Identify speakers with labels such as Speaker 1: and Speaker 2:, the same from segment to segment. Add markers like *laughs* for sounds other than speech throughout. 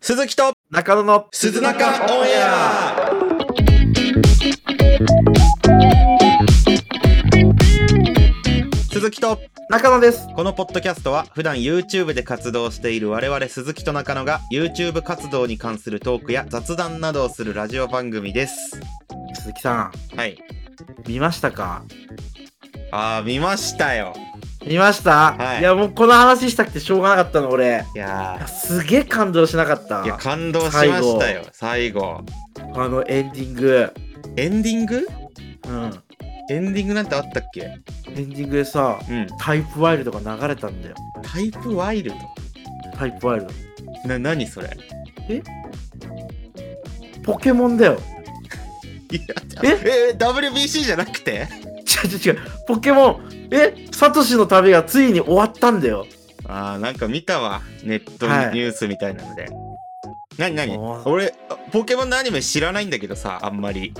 Speaker 1: 鈴木と
Speaker 2: 中野の
Speaker 1: 鈴中オンエア鈴木と
Speaker 2: 中野です。
Speaker 1: このポッドキャストは普段 YouTube で活動している我々鈴木と中野が YouTube 活動に関するトークや雑談などをするラジオ番組です
Speaker 2: 鈴木さん、
Speaker 1: はい
Speaker 2: 見ましたか
Speaker 1: あー見ましたよ
Speaker 2: 見ました、
Speaker 1: はい
Speaker 2: いや、もうこの話したくてしょうがなかったの、俺。
Speaker 1: いや
Speaker 2: すげえ感動しなかっ
Speaker 1: ーいや
Speaker 2: た。
Speaker 1: 感動しましたよ最後
Speaker 2: あのエンディング。
Speaker 1: エンディング
Speaker 2: うん。
Speaker 1: エンディングなんてあったっけ
Speaker 2: エンディングでさ、
Speaker 1: うん
Speaker 2: タイプワイルドが流れたんだよ。
Speaker 1: タイプワイル
Speaker 2: タイプワイルド。
Speaker 1: ドな何それ
Speaker 2: ポケモンだよ。
Speaker 1: いやええ WBC じゃなくて
Speaker 2: 違う違う違う。ポケモン。えサトシの旅がついに終わったんだよ。
Speaker 1: ああなんか見たわネット
Speaker 2: はい
Speaker 1: ニュースみたいなので、なになに
Speaker 2: おー
Speaker 1: 俺あポケモンのアニメ知らないんだけどさあんまり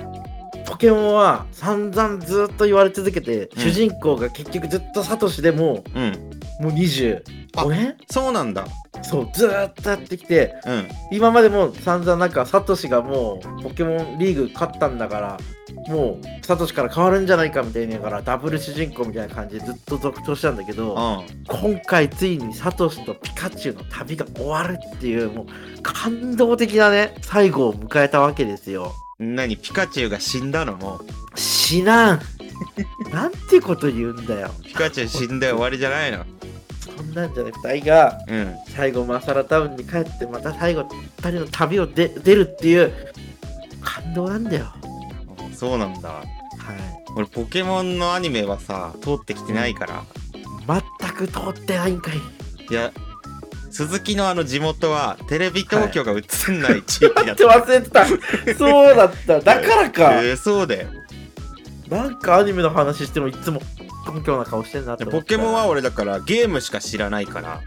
Speaker 2: ポケモンは散々ずっと言われ続けて、
Speaker 1: うん
Speaker 2: 主人公が結局ずっとサトシでも
Speaker 1: うん
Speaker 2: うもう25年
Speaker 1: そうなんだ
Speaker 2: そうずーっとやってきて
Speaker 1: うん
Speaker 2: 今までも散々なんかサトシがもうポケモンリーグ勝ったんだからもうサトシから変わるんじゃないかみたいなからダブル主人公みたいな感じでずっと続投したんだけど
Speaker 1: う
Speaker 2: 今回ついにサトシとピカチュウの旅が終わるっていうもう感動的なね最後を迎えたわけですよ
Speaker 1: んなにピカチュウが死んだのも
Speaker 2: 死なん *laughs* なんてこと言うんだよ
Speaker 1: ピカチュウ死んで終わりじゃないの
Speaker 2: そんなんじゃなくて愛が
Speaker 1: うん
Speaker 2: 最後マサラタウンに帰ってまた最後二人の旅をで出るっていう感動なんだよ
Speaker 1: そうなんだ
Speaker 2: はい
Speaker 1: 俺ポケモンのアニメはさ通ってきてないから、
Speaker 2: 全く通ってないんかい
Speaker 1: いや鈴木のあの地元はテレビ東京が映んない地域だっ *laughs*
Speaker 2: だったて忘れてたそうだっただからか
Speaker 1: えーそうだよ
Speaker 2: なんかアニメの話してもいつも根拠な顔してんなって思
Speaker 1: ポ
Speaker 2: った
Speaker 1: ケモンは俺だからゲームしか知らないから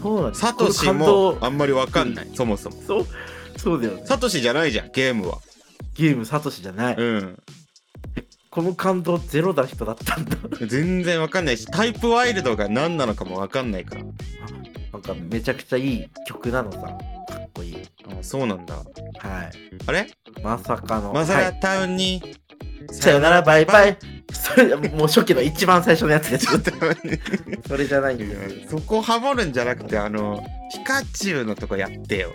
Speaker 2: そうなんだ
Speaker 1: サトシ
Speaker 2: この感動
Speaker 1: もあんまりわかんない、そもそも
Speaker 2: そうそうだよね
Speaker 1: サトシじゃないじゃんゲームは
Speaker 2: ゲームサトシじゃない、
Speaker 1: うん
Speaker 2: この感動ゼロだ人だったんだ
Speaker 1: 全然わかんないしタイプワイルドが何なのかもわかんないから
Speaker 2: なんかめちゃくちゃいい曲なのさかっこいい
Speaker 1: あそうなんだ
Speaker 2: はい
Speaker 1: あれ
Speaker 2: まさかの
Speaker 1: マサ
Speaker 2: はい
Speaker 1: ラタウンに、
Speaker 2: さよならバイバイ。それもう初期の一番最初のやつです。
Speaker 1: ちょっと待って
Speaker 2: それじゃないんです
Speaker 1: そ
Speaker 2: よ。
Speaker 1: こハモるんじゃなくてあのピカチュウのとこやって *laughs* よ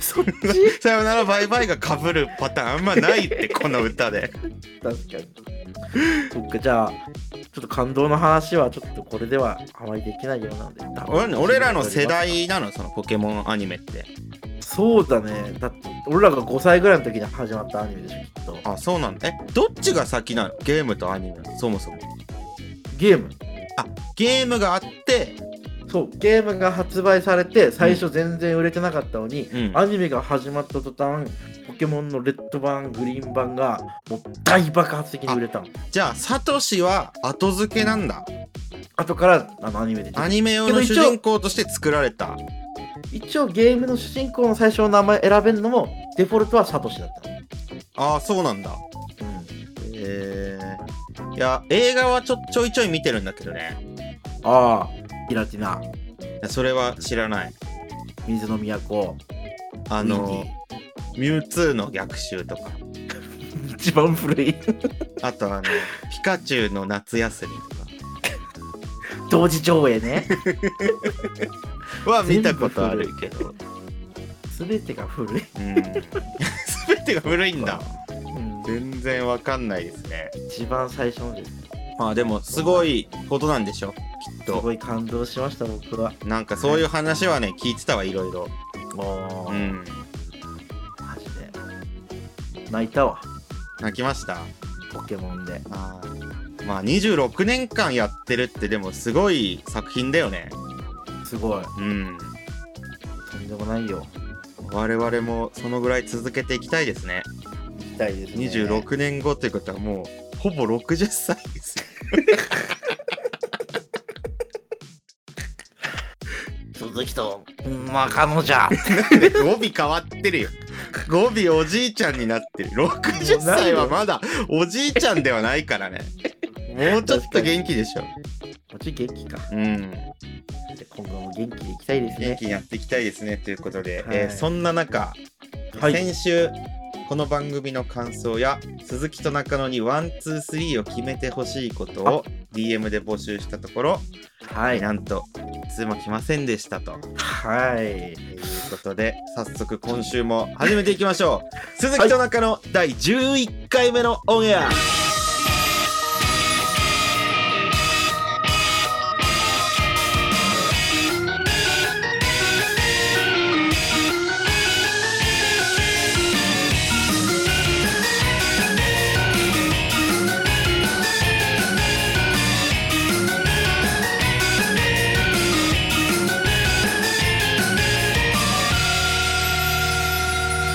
Speaker 2: そっち
Speaker 1: さよならバイバイがかぶるパターンあんまないってこの歌で
Speaker 2: 確かに。そっかじゃあちょっと感動の話はちょっとこれではあまりできないようなので。
Speaker 1: *laughs* 俺俺らの世。代なのそのポケモンアニメって
Speaker 2: そうだね。だって俺らが5歳ぐらいの時に始まったアニメでしょきっと。
Speaker 1: あそうなんだえどっちが先なのゲームとアニメそもそも
Speaker 2: ゲーム。
Speaker 1: ゲームがあって
Speaker 2: そうゲームが発売されて最初全然売れてなかったのに、
Speaker 1: うん
Speaker 2: アニメが始まった途端ポケモンのレッド版グリーン版がもう大爆発的に売れたの
Speaker 1: じゃあサトシは後付けなんだ
Speaker 2: 後からあのアニメで出て
Speaker 1: アニメ用の
Speaker 2: けど
Speaker 1: 主
Speaker 2: 一応
Speaker 1: 人公として作られた
Speaker 2: 一応ゲームの主人公の最初の名前選べるのもデフォルトはサトシだった、
Speaker 1: ああそうなんだ
Speaker 2: うん、
Speaker 1: えー、いや映画はちょちょいちょい見てるんだけどね
Speaker 2: ああギラティナ
Speaker 1: いやそれは知らない
Speaker 2: 水の都
Speaker 1: あ
Speaker 2: あ
Speaker 1: のミュウツーの逆襲とか
Speaker 2: 一番古い
Speaker 1: あとあのピカチュウの夏休みと
Speaker 2: *laughs* 同時上映ね
Speaker 1: かは見たことあるけど
Speaker 2: *laughs* 全てが古い、
Speaker 1: うん *laughs* 全てが古いんだ
Speaker 2: うん、
Speaker 1: 全然わかんないですね
Speaker 2: 一番最初のです
Speaker 1: まあでもすごいことなんでしょきっ
Speaker 2: す
Speaker 1: と
Speaker 2: ごい感動しました僕は
Speaker 1: なんかそういう話はね、聞いてたわ、いろいろ。
Speaker 2: ああ、
Speaker 1: うん。
Speaker 2: マジで泣いたわ
Speaker 1: 泣きました。
Speaker 2: ポケモンで
Speaker 1: あーまあ、26年間やってるって、でもすごい作品だよね。
Speaker 2: すごい
Speaker 1: うん。
Speaker 2: とんでもないよ
Speaker 1: 我々もそのぐらい続けていきたいですね。
Speaker 2: 行きたいですね
Speaker 1: 26年後ということはもう、ほぼ60歳です。
Speaker 2: 続きとまかの
Speaker 1: *laughs*
Speaker 2: じゃ
Speaker 1: 語尾変わってるよ。語尾おじいちゃんになってる。60歳はまだおじいちゃんではないからね。もうちょっと元気でしょ。
Speaker 2: もちろん元気か
Speaker 1: うん。
Speaker 2: でこ今後も元気でいきたいです
Speaker 1: 元
Speaker 2: ね
Speaker 1: 気。にやっていきたいですねということで、
Speaker 2: はい
Speaker 1: えーそんな中、
Speaker 2: はい
Speaker 1: 先週この番組の感想や鈴木と中野にワンツースリーを決めてほしいことを DM で募集したところ、
Speaker 2: はい。
Speaker 1: なんといつも来ませんでしたと
Speaker 2: はい。
Speaker 1: いうことで早速今週も始めていきましょう鈴木と中野第11回目のオンエア、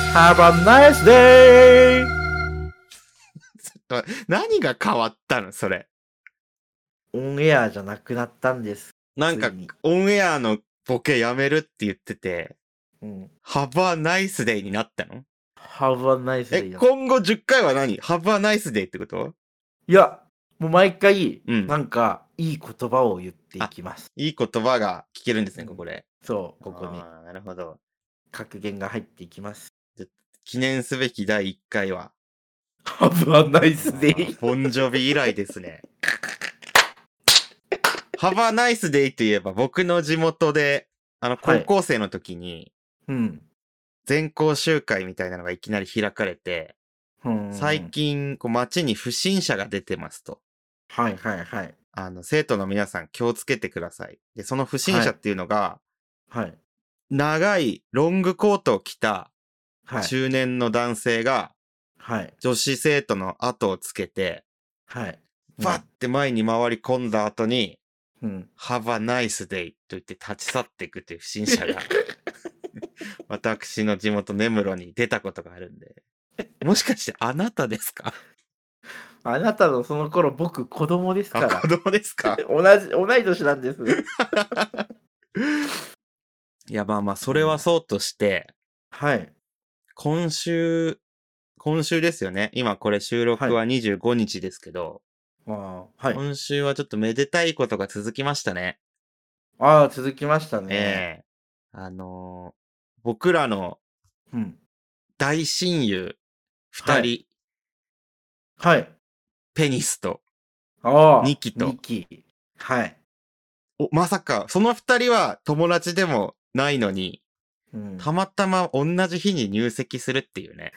Speaker 2: Have a nice day!
Speaker 1: 何が変わったのそれ
Speaker 2: オンエアじゃなくなったんです。
Speaker 1: なんか
Speaker 2: ついに
Speaker 1: オンエアのボケやめるって言ってて
Speaker 2: うん。
Speaker 1: ハバナイスデイになったの
Speaker 2: Have a nice
Speaker 1: え、
Speaker 2: day.
Speaker 1: 今後10回は何ハバナイスデイってこと
Speaker 2: いや、もう毎回、
Speaker 1: うん
Speaker 2: なんか、いい言葉を言っていきます。
Speaker 1: いい言葉が聞けるんですね、ここで。
Speaker 2: そう、ここに
Speaker 1: あーなるほど。
Speaker 2: 格言が入っていきます。
Speaker 1: 記念すべき第1回は、
Speaker 2: Have a nice
Speaker 1: あーボンジョビ以来ですね。ハバナイスデイといえば、僕の地元で、あの、
Speaker 2: は
Speaker 1: 高
Speaker 2: い
Speaker 1: 校生の時に、
Speaker 2: うん。
Speaker 1: 全校集会みたいなのがいきなり開かれて、
Speaker 2: うん
Speaker 1: 最。近、こう街に不審者が出てますと。
Speaker 2: はいはいはい。
Speaker 1: あの、生徒の皆さん気をつけてください。で、その不審
Speaker 2: はい
Speaker 1: 者っていうのが、
Speaker 2: はい。
Speaker 1: 長いロングコートを着た
Speaker 2: はい。
Speaker 1: 中年の男性が
Speaker 2: はい。
Speaker 1: 女子生徒の後をつけて、
Speaker 2: はい。
Speaker 1: バッて前に回り込んだ後に、
Speaker 2: うん。
Speaker 1: Have a nice day と言って立ち去っていくという不審者 *laughs* が、私の地元根室に出たことがあるんで、もしかしてあなたですか
Speaker 2: あなたのその頃、僕、子供ですか
Speaker 1: あ
Speaker 2: ら
Speaker 1: 子。供ですか
Speaker 2: 同じ、同い年なんです。
Speaker 1: いや、まあまあ、それはそうとして、
Speaker 2: はい。
Speaker 1: 今週、今週ですよね。今これ収録は25日ですけど、
Speaker 2: ああ、はい。
Speaker 1: 今週はちょっとめでたいことが続きましたね。
Speaker 2: ああ、続きましたね。
Speaker 1: ええあのー僕らの
Speaker 2: うん。
Speaker 1: 大親友、二人、
Speaker 2: ははい。
Speaker 1: ペニスと、
Speaker 2: ああ。
Speaker 1: ニキと
Speaker 2: ニキ。はい。
Speaker 1: おまさか、その二人は友達でもないのに、
Speaker 2: うん
Speaker 1: たまたま同じ日に入籍するっていう *laughs* ね。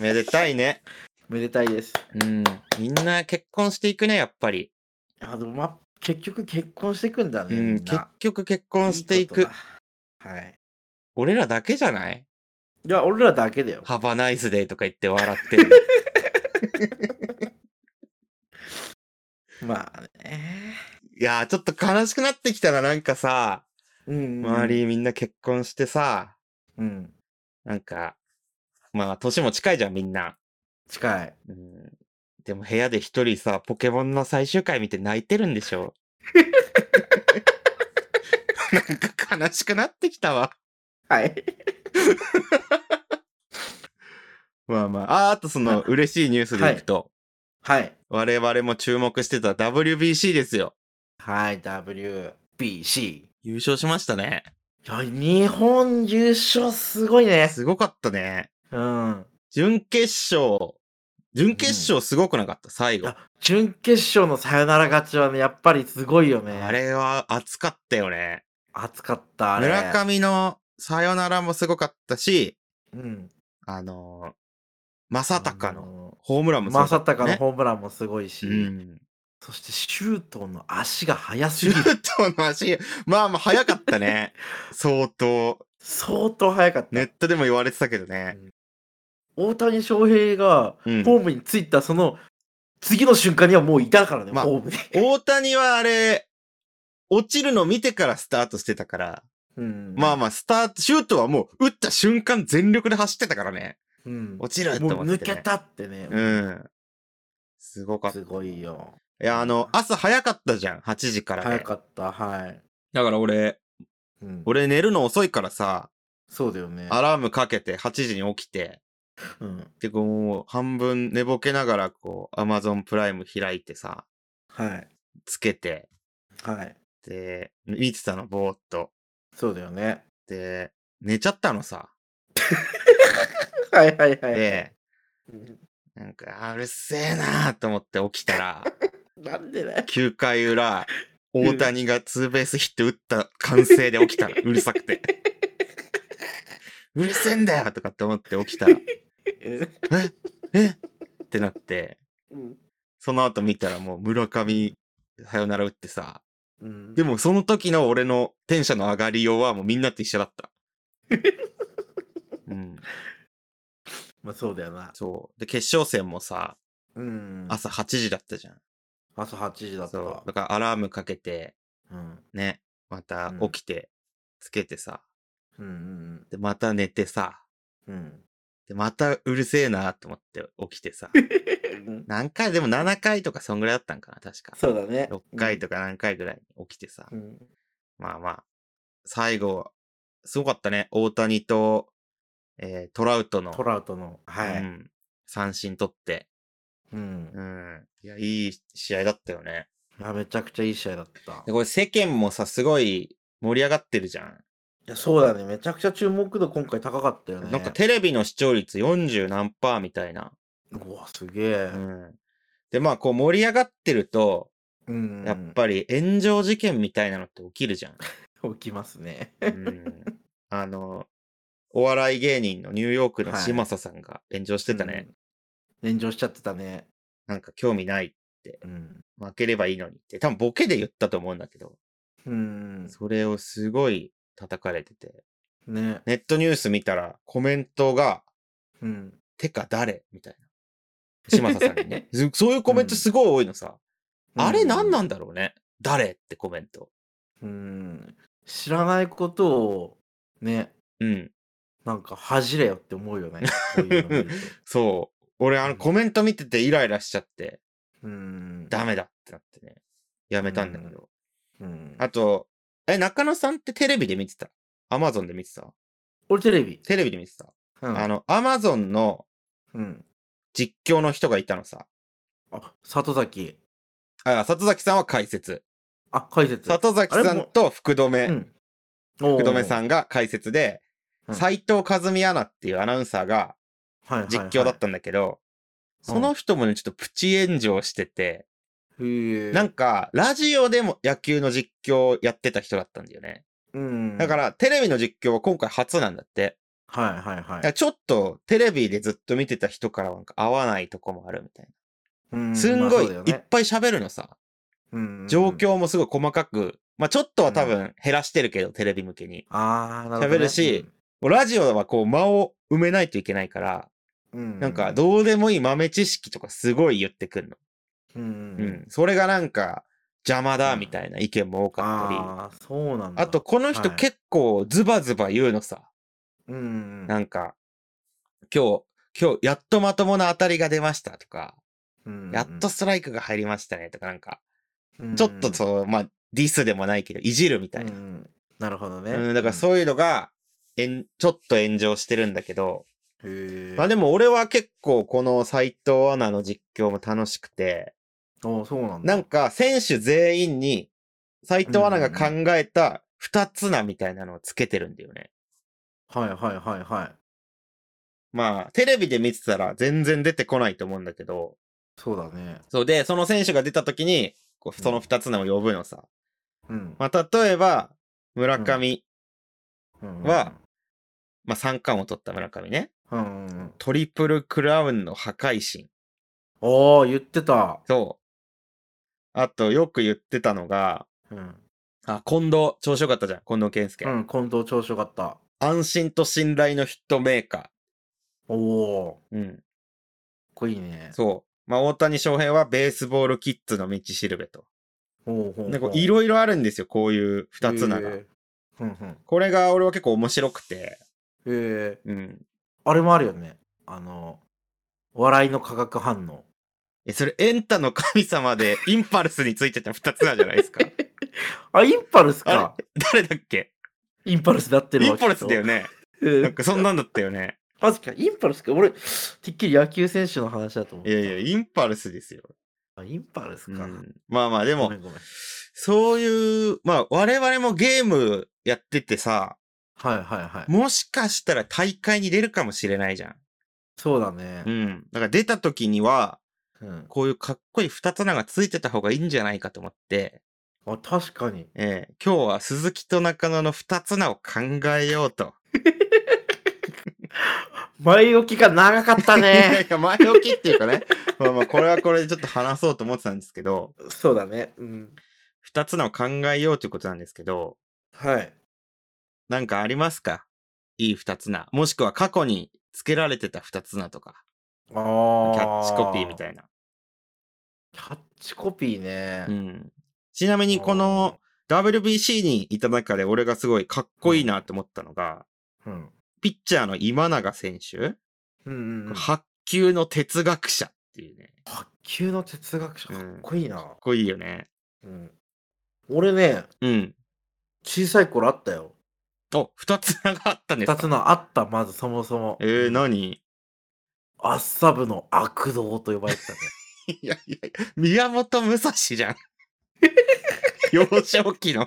Speaker 1: めでたいね。
Speaker 2: めでたいです。
Speaker 1: うん。みんな結婚していくね、やっぱり。
Speaker 2: あの、ま、結局結婚していくんだ
Speaker 1: う
Speaker 2: ね。み
Speaker 1: ん。
Speaker 2: ん
Speaker 1: 結
Speaker 2: な
Speaker 1: 局結婚していく。
Speaker 2: いいことだはい。
Speaker 1: 俺らだけじゃない
Speaker 2: いや、俺らだけ
Speaker 1: *laughs*
Speaker 2: だよ。
Speaker 1: ハバナイスデーとか言って笑って *laughs* るの。
Speaker 2: まあね。
Speaker 1: いやー、ちょっと悲しくなってきたらなんかさ、
Speaker 2: うん
Speaker 1: 周。りみんな結婚してさ、
Speaker 2: うん。
Speaker 1: なんか、まあ、年も近いじゃん、みんな。
Speaker 2: 近い。
Speaker 1: うん、でも、部屋で一人さ、ポケモンの最終回見て泣いてるんでしょ *laughs* なんか悲しくなってきたわ。
Speaker 2: はい。
Speaker 1: まあまあ、あーあとその嬉しいニュースでいくと、
Speaker 2: はい。
Speaker 1: 我々も注目してた WBC ですよ。
Speaker 2: はい、WBC。い
Speaker 1: 優勝しましたね。
Speaker 2: や、日本優勝すごいね。
Speaker 1: すごかったね。
Speaker 2: うん。
Speaker 1: 準決勝、準決勝すごくなかった、最後。
Speaker 2: あ準決勝のサヨナラ勝ちはね、やっぱりすごいよね。
Speaker 1: あれは熱かったよね。
Speaker 2: 熱かった、あれ。
Speaker 1: 村上のさよならもすごかったし、
Speaker 2: うん。
Speaker 1: あのー、正隆
Speaker 2: あ
Speaker 1: の
Speaker 2: の
Speaker 1: ホームランもすごか
Speaker 2: 正
Speaker 1: った、ね。
Speaker 2: 隆のホームランもすごいし、
Speaker 1: うん。
Speaker 2: そして周東の足が速す
Speaker 1: シ
Speaker 2: ぎ
Speaker 1: ュー
Speaker 2: る。
Speaker 1: トの足、まあまあ早かった
Speaker 2: *laughs*
Speaker 1: ね。相当。
Speaker 2: 相当速かった。
Speaker 1: ネットでも言われてたけどね。
Speaker 2: 大谷翔平が
Speaker 1: うん
Speaker 2: ホームに着いたその次の瞬間にはもういたからね、
Speaker 1: まあ
Speaker 2: ホーム
Speaker 1: *laughs*
Speaker 2: に。
Speaker 1: 大谷はあれ、落ちるの見てからスタートしてたから、
Speaker 2: うん
Speaker 1: まあまあスタート、シュートはもう打った瞬間全力で走ってたからね。
Speaker 2: うん
Speaker 1: 落ちると
Speaker 2: もう
Speaker 1: 思って、ね。
Speaker 2: 抜けたってね、
Speaker 1: うん。すごかった。
Speaker 2: す
Speaker 1: い
Speaker 2: ごいよ。
Speaker 1: や、あの、朝早かったじゃん、8時からで。
Speaker 2: 早かった、はい。
Speaker 1: だから俺、
Speaker 2: うん、
Speaker 1: 俺寝るの遅いからさ、
Speaker 2: そうだよね。
Speaker 1: アラームかけて8時に起きて、
Speaker 2: うん、
Speaker 1: で、こう、もう半分寝ぼけながら、こう、アマゾンプライム開いてさ、
Speaker 2: はい。
Speaker 1: つけて、
Speaker 2: はい。
Speaker 1: で、見てたの、ぼーっと。
Speaker 2: そうだよね。
Speaker 1: で、寝ちゃったのさ。
Speaker 2: はいはいはい。
Speaker 1: で、
Speaker 2: うん
Speaker 1: なんか、あうるせえなーと思って起きたら、
Speaker 2: なんでだ *laughs* よ。
Speaker 1: 9回裏、大谷がツーベースヒット打った歓声で起きたら、うるさくて。うるせえんだよとかって思って起きたら、えってなって、
Speaker 2: うん
Speaker 1: その後見たらもう村上、さよなら打ってさ、
Speaker 2: うん
Speaker 1: でもその時の俺のテンションの上がりようはもうみんなと一緒だった。うん、
Speaker 2: まあそうだよな。
Speaker 1: そう。で、決勝戦もさ、
Speaker 2: うん。
Speaker 1: 朝8時だったじゃん。
Speaker 2: 朝8時だった。
Speaker 1: そう。だからアラームかけて、
Speaker 2: うん。
Speaker 1: ね、また
Speaker 2: うん
Speaker 1: 起きて、つけてさ、
Speaker 2: うんうん
Speaker 1: で、また寝てさ、
Speaker 2: うん。うん。
Speaker 1: で、またうるせえなと思って起きて *laughs* さ、
Speaker 2: うん
Speaker 1: 何回、でも7回とかそんぐらいだったんかな、確か。
Speaker 2: *laughs* そうだね。
Speaker 1: 6回とか何回ぐらいに起きてさ、
Speaker 2: うん。
Speaker 1: まあまあ、最後、すごかったね、大谷と、えートラウトの、
Speaker 2: トラウトの。は
Speaker 1: う
Speaker 2: い。
Speaker 1: ん三振取って、
Speaker 2: うん。
Speaker 1: うん、いや、いい試合だったよね。
Speaker 2: いやめちゃくちゃいい試合だった。
Speaker 1: でこれ世間もさ、すごい盛り上がってるじゃん。
Speaker 2: いや、そうだね。めちゃくちゃ注目度今回高かったよね。
Speaker 1: なんかテレビの視聴率40何パーみたいな。
Speaker 2: うわ、すげえ
Speaker 1: う。ん。で、まあ、こう盛り上がってると、
Speaker 2: うん。
Speaker 1: やっぱり炎上事件みたいなのって起きるじゃん。
Speaker 2: 起きますね。
Speaker 1: うん。 *laughs* あの、お笑い芸人のニューヨークの
Speaker 2: はい
Speaker 1: 嶋佐さんが炎上してたね。
Speaker 2: うん。炎上しちゃってたね。
Speaker 1: なんか興味ない、
Speaker 2: うん。
Speaker 1: 負ければいいのにって、多分ボケで言ったと思うんだけど、
Speaker 2: うん。
Speaker 1: それをすごい叩かれてて、
Speaker 2: ね。
Speaker 1: ネットニュース見たらコメントが、
Speaker 2: うん。
Speaker 1: てか誰みたいな。嶋佐さんに
Speaker 2: *laughs*
Speaker 1: ね。ずそういうコメントすごい多いのさ。あれ何なんだろうね誰ってコメント。
Speaker 2: うん。知らないことを、ね、
Speaker 1: うん。
Speaker 2: なんか恥じれよって思う
Speaker 1: *laughs*
Speaker 2: よね。こういうの見ると
Speaker 1: そう。俺、あ
Speaker 2: う
Speaker 1: の、
Speaker 2: ん
Speaker 1: コメント見ててイライラしちゃって、
Speaker 2: うん。
Speaker 1: ダメだってなってね。やめたんだけど。
Speaker 2: うん。
Speaker 1: あと、え、中野さんってテレビで見てたアマゾンで見てた
Speaker 2: 俺テレビ。
Speaker 1: テレビで見てた、
Speaker 2: うん
Speaker 1: あの、アマゾンの
Speaker 2: うん。
Speaker 1: 実況の人がいたのさ。
Speaker 2: あ、里崎。
Speaker 1: あ、里崎さんは解説。
Speaker 2: あ、解説。
Speaker 1: 里崎さ
Speaker 2: あれ
Speaker 1: ん
Speaker 2: も
Speaker 1: と福留、
Speaker 2: うん。
Speaker 1: 福留さ
Speaker 2: ん。
Speaker 1: んが解説で、
Speaker 2: うん
Speaker 1: 斎藤和美アナっていうアナウンサーが
Speaker 2: はいはいはい
Speaker 1: 実況だっ。たんだけど、その人もね、ちょっとプチ炎上してて、
Speaker 2: へえ。
Speaker 1: なんか、ラジオでも野球の実況をやってた人だったんだよね。
Speaker 2: うん。
Speaker 1: だか。ら、テレビの実況は今回初なんだって。
Speaker 2: はいはいは
Speaker 1: だからちょっと、テレビでずっと見てた人からはなんか合わないとこもあるみたい
Speaker 2: いうん。
Speaker 1: な。すんごい、
Speaker 2: まあ
Speaker 1: いっぱい喋るのさ。状。
Speaker 2: そうだよね
Speaker 1: 況もすごい細かく、まあちょっとは多分減らしてるけど、テレビ向けに。
Speaker 2: うんああ、なるほどね。
Speaker 1: 喋るしもうラジオはこう、間を埋めないといけないから、
Speaker 2: うん、うん。
Speaker 1: なんか、どうでもいい豆知識とかすごい言ってくんの。
Speaker 2: うんうん
Speaker 1: う
Speaker 2: うんん。。
Speaker 1: それがなんか、邪魔だみたいな意見も多かったり。
Speaker 2: ああ、そうなんだ。
Speaker 1: あと、、この人
Speaker 2: はい
Speaker 1: 結構ズバズバ言うのさ。
Speaker 2: うんうん。
Speaker 1: なんか、今日、今日、やっとまともな当たりが出ましたとか、
Speaker 2: うん
Speaker 1: やっと、ストライクが入りましたねとか、なんか、
Speaker 2: うんうん
Speaker 1: ちょっとそう、まあ、ディスでもないけど、いじるみたいな。
Speaker 2: うんうんなるほどね。
Speaker 1: うん、だから
Speaker 2: う
Speaker 1: そういうのが、えん、ちょっと炎上してるんだけど、
Speaker 2: ん。へえ。
Speaker 1: まあでも俺は結構この斎藤アナの実況も楽しくて、
Speaker 2: おそうなんだ。
Speaker 1: なんか選手全員に斎藤アナが考えた二つなみたいなのをつけてるんだよね。
Speaker 2: はいはいはいはい。
Speaker 1: まあ、テレビで見てたら全然出てこないと思うんだけど、
Speaker 2: そうだね。
Speaker 1: そうで、その選手が出た時に、こうその二つのを呼ぶのさ。
Speaker 2: うん。
Speaker 1: まあ、例えば、村上、はまあ、三冠を取った村上ね。
Speaker 2: うんうんうん。
Speaker 1: トリプルクラウンの破壊神。
Speaker 2: おお言ってた。
Speaker 1: そう。あと、よく言ってたのが、
Speaker 2: うん。
Speaker 1: あ、近藤、調子よかったじゃん。近藤健介。
Speaker 2: うん、近藤調子よかった。
Speaker 1: 安心と信頼のヒットメーカ
Speaker 2: おお
Speaker 1: ー。うん。
Speaker 2: ーこいいね。
Speaker 1: そう。まあ、大谷翔平はベースボールキッズの道しるべと。
Speaker 2: ほうほうほう
Speaker 1: なんかいろいろあるんですよ、こういう二つなら
Speaker 2: へ。ーうんうん。
Speaker 1: これが俺は結構面白くて。
Speaker 2: え
Speaker 1: うん。
Speaker 2: ー、あれもあるよね。あの、笑いの化学反応。
Speaker 1: え、それエンタの神様
Speaker 2: *laughs*
Speaker 1: でインパルスについてた二つなんじゃないですか
Speaker 2: あ、インパルス
Speaker 1: あ
Speaker 2: か。
Speaker 1: れ誰だっけ
Speaker 2: インパルスだってる
Speaker 1: イ
Speaker 2: わ
Speaker 1: ンパルスだよ
Speaker 2: ね。
Speaker 1: ね。
Speaker 2: え
Speaker 1: なん
Speaker 2: ー
Speaker 1: かそんなんだったよね。
Speaker 2: マジか、インパルスか。俺、てっきり野球選手の話だと思っ
Speaker 1: い
Speaker 2: た。
Speaker 1: やいや、インパルスですよ。
Speaker 2: あインパルス
Speaker 1: う
Speaker 2: か。
Speaker 1: んまあまあ、で
Speaker 2: ご
Speaker 1: も
Speaker 2: めんごめん、
Speaker 1: そういう、まあ我々もゲームやっててさ、
Speaker 2: はいはいはい。
Speaker 1: もしかしたら大会に出るかもしれないじゃん。
Speaker 2: そうだね
Speaker 1: う。ん。だから出た時には、
Speaker 2: うん。
Speaker 1: こういうかっこいい二つ名がついてた方がいいんじゃないかと思って、
Speaker 2: あ、確かに。
Speaker 1: えー今日は鈴木と中野の二つ名を考えようと。
Speaker 2: 前置きが長かっ
Speaker 1: *laughs*
Speaker 2: た
Speaker 1: いや
Speaker 2: ね。
Speaker 1: いや、前置きっていうかね、 *laughs* まあまあこれはこれでちょっと話そうと思ってたんですけど、
Speaker 2: そうだね。うん。
Speaker 1: 二つ名を考えようということなんですけど、
Speaker 2: はい。
Speaker 1: なんかありますかいい二つ名。もしくは過去につけられてた二つ名とか、
Speaker 2: ああ。キ
Speaker 1: キャッチコピーみ
Speaker 2: い
Speaker 1: たいな。
Speaker 2: な。キャッチコピーね。
Speaker 1: うん。ちなみにこの WBC にいた中で俺がすごいかっこいいなと思ったのが、
Speaker 2: うん。
Speaker 1: ピッチャーの今永選手、
Speaker 2: うんうんうん。
Speaker 1: 発球の哲学者っていうね。
Speaker 2: 卓球の哲学者、
Speaker 1: うん
Speaker 2: かっこいいな
Speaker 1: かっ。こいいよね。
Speaker 2: うん。俺ね、
Speaker 1: うん。
Speaker 2: 小さい頃あったよ。
Speaker 1: お、二つ名があったんです
Speaker 2: 二
Speaker 1: か
Speaker 2: つのあった、まずそもそも。
Speaker 1: えー、何
Speaker 2: アッサブの悪童と呼ば
Speaker 1: *laughs*
Speaker 2: れてたね。
Speaker 1: いやいやいや、宮本武蔵じ
Speaker 2: *laughs*
Speaker 1: ゃん。幼少期の。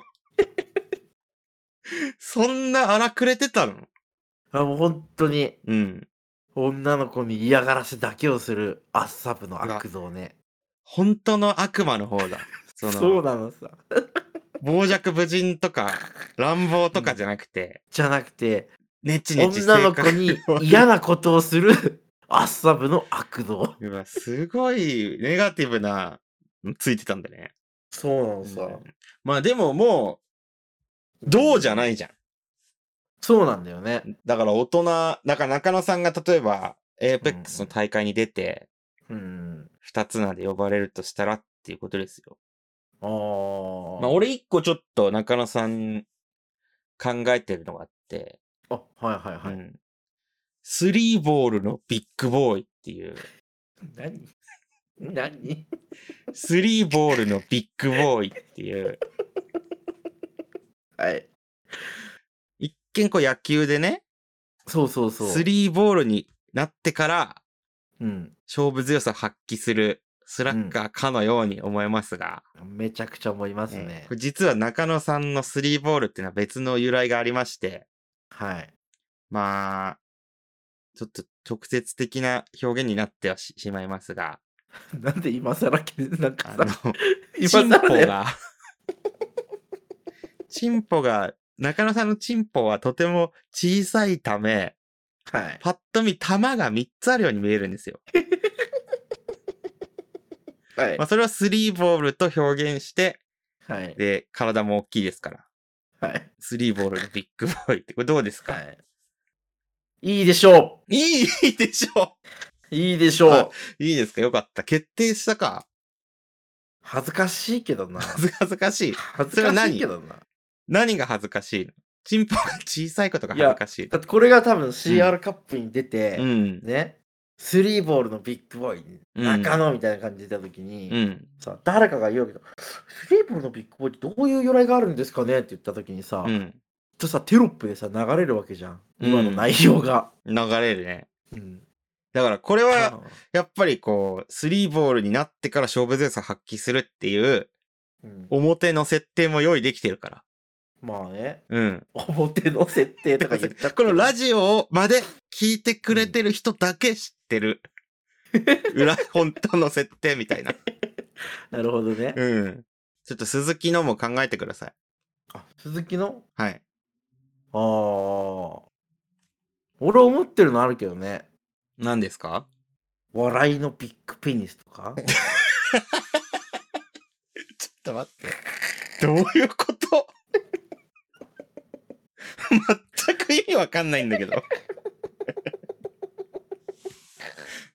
Speaker 1: そんな荒くれてたの
Speaker 2: あもう本当に
Speaker 1: うん。
Speaker 2: 女の子に嫌がらせだけをするアッサブの悪童ね。
Speaker 1: 本当の悪魔の方だ。その、
Speaker 2: そうなのさ。
Speaker 1: 傍若無人とか、乱暴とかじゃなくて、
Speaker 2: じゃなくて、
Speaker 1: ねちねち
Speaker 2: 女の子に嫌
Speaker 1: な。
Speaker 2: なことをするアッサブの
Speaker 1: *laughs*
Speaker 2: 悪童。
Speaker 1: うわ、すごいネガティブな、ついてたんだね。
Speaker 2: そうなの。
Speaker 1: うんまあでももう、どうじゃないいじゃん。
Speaker 2: そうなんだよね。
Speaker 1: だから大人、だから中野さんが例えば、エーペックスの大会に出て、
Speaker 2: うん。
Speaker 1: 二つ名で呼ばれるとしたらっていうことですよ。
Speaker 2: ああ。
Speaker 1: まあ俺一個ちょっと中野さん考えてるのがあって、
Speaker 2: あ、はいはいはい。
Speaker 1: うんスリーボールのビッグボーイっていう、
Speaker 2: 何
Speaker 1: *laughs*
Speaker 2: 何
Speaker 1: スリーボールのビッグボーイっていう、
Speaker 2: はい。
Speaker 1: 一見こう野球でね、
Speaker 2: そうそうそう。
Speaker 1: スリーボールになってから
Speaker 2: うん。
Speaker 1: 勝負強さを発揮するスラッガーかのように思えますが、
Speaker 2: めちゃくちゃ思います
Speaker 1: え
Speaker 2: ね
Speaker 1: ーこ。れ実は中野さんのスリーボールっていうのは別の由来がありまして、
Speaker 2: はい。
Speaker 1: まあ、ちょっと直接的な表現になってはししまいますが、
Speaker 2: なんで今更け、なんか
Speaker 1: あ
Speaker 2: さ
Speaker 1: の、、
Speaker 2: *laughs* 今
Speaker 1: チン
Speaker 2: 更
Speaker 1: ポ
Speaker 2: だよ。
Speaker 1: が、チンポが、中野さんのチンポはとても小さいため、
Speaker 2: はい。
Speaker 1: パッと見玉が3つあるように見えるんですよ。
Speaker 2: はい
Speaker 1: まあ、。それをスリーボールと表現して、
Speaker 2: はい。
Speaker 1: で、体も大きいですから。
Speaker 2: はい。
Speaker 1: スリーボールのビッグボーイって、これどうですか、
Speaker 2: はい。いいでしょ
Speaker 1: い、いいでしょ
Speaker 2: ういいでしょ
Speaker 1: あ
Speaker 2: う
Speaker 1: ういいですかよかった。決定したか
Speaker 2: 恥ずかしい
Speaker 1: *laughs*
Speaker 2: けどな。
Speaker 1: 恥ず恥ずかしい。
Speaker 2: 恥
Speaker 1: そ
Speaker 2: ず
Speaker 1: れは
Speaker 2: か
Speaker 1: 何
Speaker 2: しいけどな。
Speaker 1: 何が恥ずかしいのチンポが小さいことが恥ずかしい。
Speaker 2: だってこれが多分 CR カップに出て、
Speaker 1: うん。
Speaker 2: ね、スリーボールのビッグボーイ、
Speaker 1: うん
Speaker 2: 中野みたいな感じで出たときに、
Speaker 1: うん。
Speaker 2: さ、誰かが言うわけど、スリーボールのビッグボーイってどういう由来があるんですかねって言ったときにさ、
Speaker 1: うん。
Speaker 2: とさテロップでさ流れるわけじゃん
Speaker 1: うん
Speaker 2: 今の内容が、
Speaker 1: 流れるね。
Speaker 2: うん、
Speaker 1: だからこれは、
Speaker 2: あ
Speaker 1: やっぱりこう、スリーボールになってから勝負強さ発揮するっていう、
Speaker 2: うん
Speaker 1: 表の設定も用意できてるから。
Speaker 2: まあね
Speaker 1: うん。
Speaker 2: 表の設定とか言っちゃって
Speaker 1: このラ
Speaker 2: ジ
Speaker 1: ジオまで聞いてくれてる人だけ知って *laughs* る。裏、本当の設定みたいな。
Speaker 2: なるほどね、
Speaker 1: うん。ちょっと鈴木のも考えてください。
Speaker 2: あ鈴木の
Speaker 1: はい。
Speaker 2: ああ俺思ってるのあるけどね
Speaker 1: 何ですか
Speaker 2: 笑いのビッグペニスと
Speaker 1: *laughs*
Speaker 2: か
Speaker 1: ちょっと待って。どういうこと全く意味わかんないんだけど。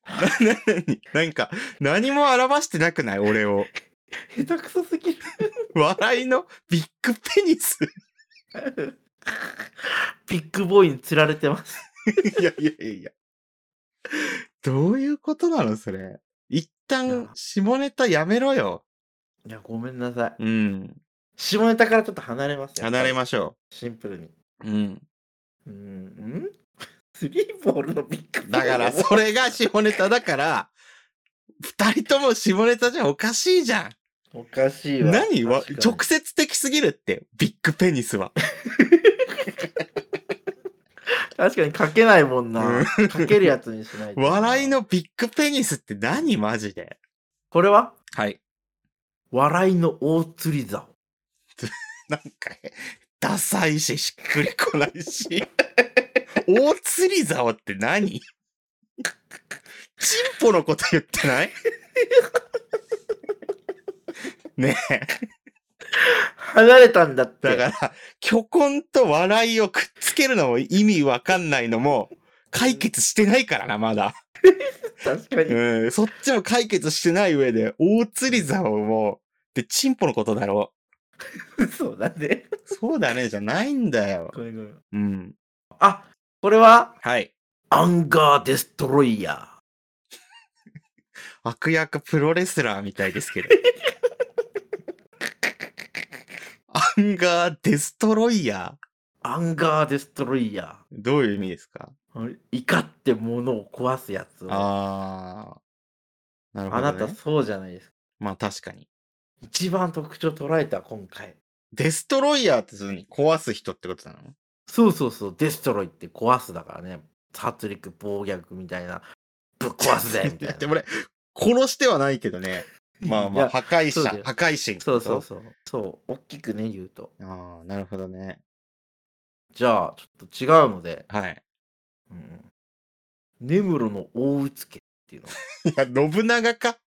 Speaker 1: な、な、なに、なんか、何も表してなくない俺を。
Speaker 2: 下手くそすぎる
Speaker 1: 笑いのビッグペニス。
Speaker 2: ビッグボーイに釣られてます
Speaker 1: いやいやいやいや。どういうことなのそれ。一旦、下ネタやめろよ。
Speaker 2: いやごめんなさい
Speaker 1: うん。
Speaker 2: 下ネタからちょっと離れます
Speaker 1: 離れ
Speaker 2: す
Speaker 1: ましょ
Speaker 2: シンプルに
Speaker 1: う。うん。
Speaker 2: うんうん *laughs* スリーボールのビッグボー
Speaker 1: だ
Speaker 2: イ *laughs*
Speaker 1: から、それが下ネタだから、二人とも下ネタじゃおかしいじゃん。
Speaker 2: おかしいわ。
Speaker 1: 何わ
Speaker 2: 確かに
Speaker 1: 直接的すぎるって、ビッグペニス
Speaker 2: *laughs*
Speaker 1: は。
Speaker 2: 確かに書けないもんな
Speaker 1: うん。
Speaker 2: 書けるやつにしない
Speaker 1: *laughs*
Speaker 2: と。
Speaker 1: 笑いのビッグペニスって何マジで
Speaker 2: これは
Speaker 1: はい。
Speaker 2: 笑いの大釣り竿。
Speaker 1: なんか、ダサいし、しっくりこないし。大釣り竿って何チンポのこと言ってないねえ。
Speaker 2: 離れたんだって。
Speaker 1: だから、虚婚と笑いをくっつけるのも意味わかんないのも、解決してないからな、まだ。
Speaker 2: 確かに。
Speaker 1: うん、そっちも解決してない上で、大釣り竿も、で、チンポのことだろ
Speaker 2: そうだね。
Speaker 1: う。そうだね、じゃないんだよ。
Speaker 2: ごめんごめん
Speaker 1: うん。
Speaker 2: あ、これは
Speaker 1: はい。
Speaker 2: アンガーデストロイヤー。
Speaker 1: 悪役プロレスラーみたいですけど。アンガーデストロイヤー
Speaker 2: アンガーデストロイヤ
Speaker 1: どういう意味ですか
Speaker 2: ー。怒って物を壊すやつを。あ
Speaker 1: ああ。なるほど、ね。
Speaker 2: なたそうじゃないですか。
Speaker 1: まあ確かに。
Speaker 2: 一番特徴捉えた今回。
Speaker 1: デストロイヤーってそに壊す人ってことなの
Speaker 2: そうそうそう、デストロイって壊すだからね。殺戮、暴虐みたいな。ぶっ壊
Speaker 1: *laughs*
Speaker 2: すぜみたい
Speaker 1: で
Speaker 2: な。
Speaker 1: も俺、殺してはないけどね。まあ
Speaker 2: い
Speaker 1: まあ、
Speaker 2: や
Speaker 1: 破壊
Speaker 2: そう
Speaker 1: 者
Speaker 2: だ、よ
Speaker 1: 破壊神。
Speaker 2: そうそう。そう。そう、大きくね、言うと。
Speaker 1: ああ、なるほどね。
Speaker 2: じゃあ、ちょっと違うので、
Speaker 1: はい。
Speaker 2: うん、根室の大うつけっていうの。
Speaker 1: *laughs* いや、信長か。 *laughs*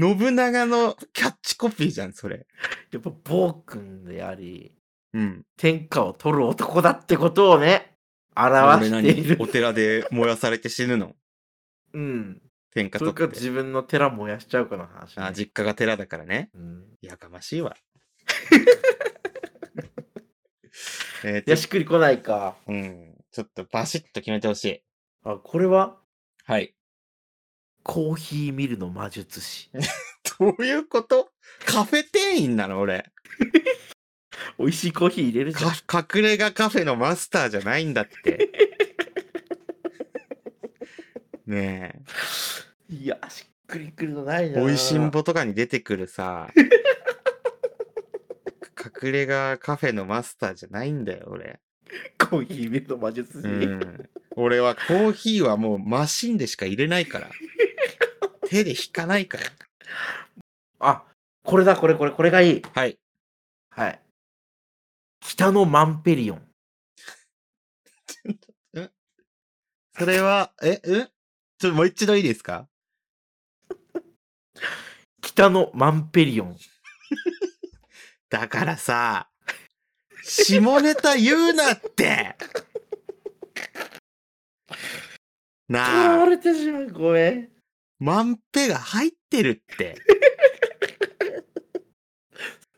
Speaker 1: 信長のキャッチコピーじゃん、それ。
Speaker 2: やっぱ暴君であり、
Speaker 1: うん。
Speaker 2: 天下を取る男だってことをね、表している
Speaker 1: お。寺で燃やされて死ぬの。
Speaker 2: うん。
Speaker 1: 天下
Speaker 2: そ
Speaker 1: 取
Speaker 2: れか
Speaker 1: って。
Speaker 2: 自分の寺燃やしちゃうかの話、ね。
Speaker 1: あー実家が寺だからね。
Speaker 2: うん。
Speaker 1: やかまし *laughs* いわ。えー
Speaker 2: いや、しっくりこないか。
Speaker 1: うん。ちょっとバシッと決めてほしい。
Speaker 2: あ、これは
Speaker 1: はい。
Speaker 2: コーヒーミルの魔術師。
Speaker 1: どういうことカフェ店員なの俺。
Speaker 2: 美味しいコーヒー入れるじゃん。
Speaker 1: か隠れ家カフェのマスターじゃないんだって。ね
Speaker 2: いや、しっくりくるのない
Speaker 1: え。
Speaker 2: な。
Speaker 1: 美味しん。ぼとかに出てくるさ。隠れ家カフェのマスターじゃないんだよ、俺。
Speaker 2: コーヒーミルの魔術師。
Speaker 1: うん。俺はコーヒーはもうマシンでしか入れないから。手で引かないから。
Speaker 2: あ、これだ、これ、これ、これがいい。
Speaker 1: はい。
Speaker 2: はい。北のマンペリオン。
Speaker 1: それは、え、うんちょ、もう一度いいですか
Speaker 2: 北のマンペリオン。
Speaker 1: だからさ、下ネタ言うなってな
Speaker 2: あ
Speaker 1: あ、
Speaker 2: れてしまう。ごめん。
Speaker 1: マンペが入ってるって。
Speaker 2: 好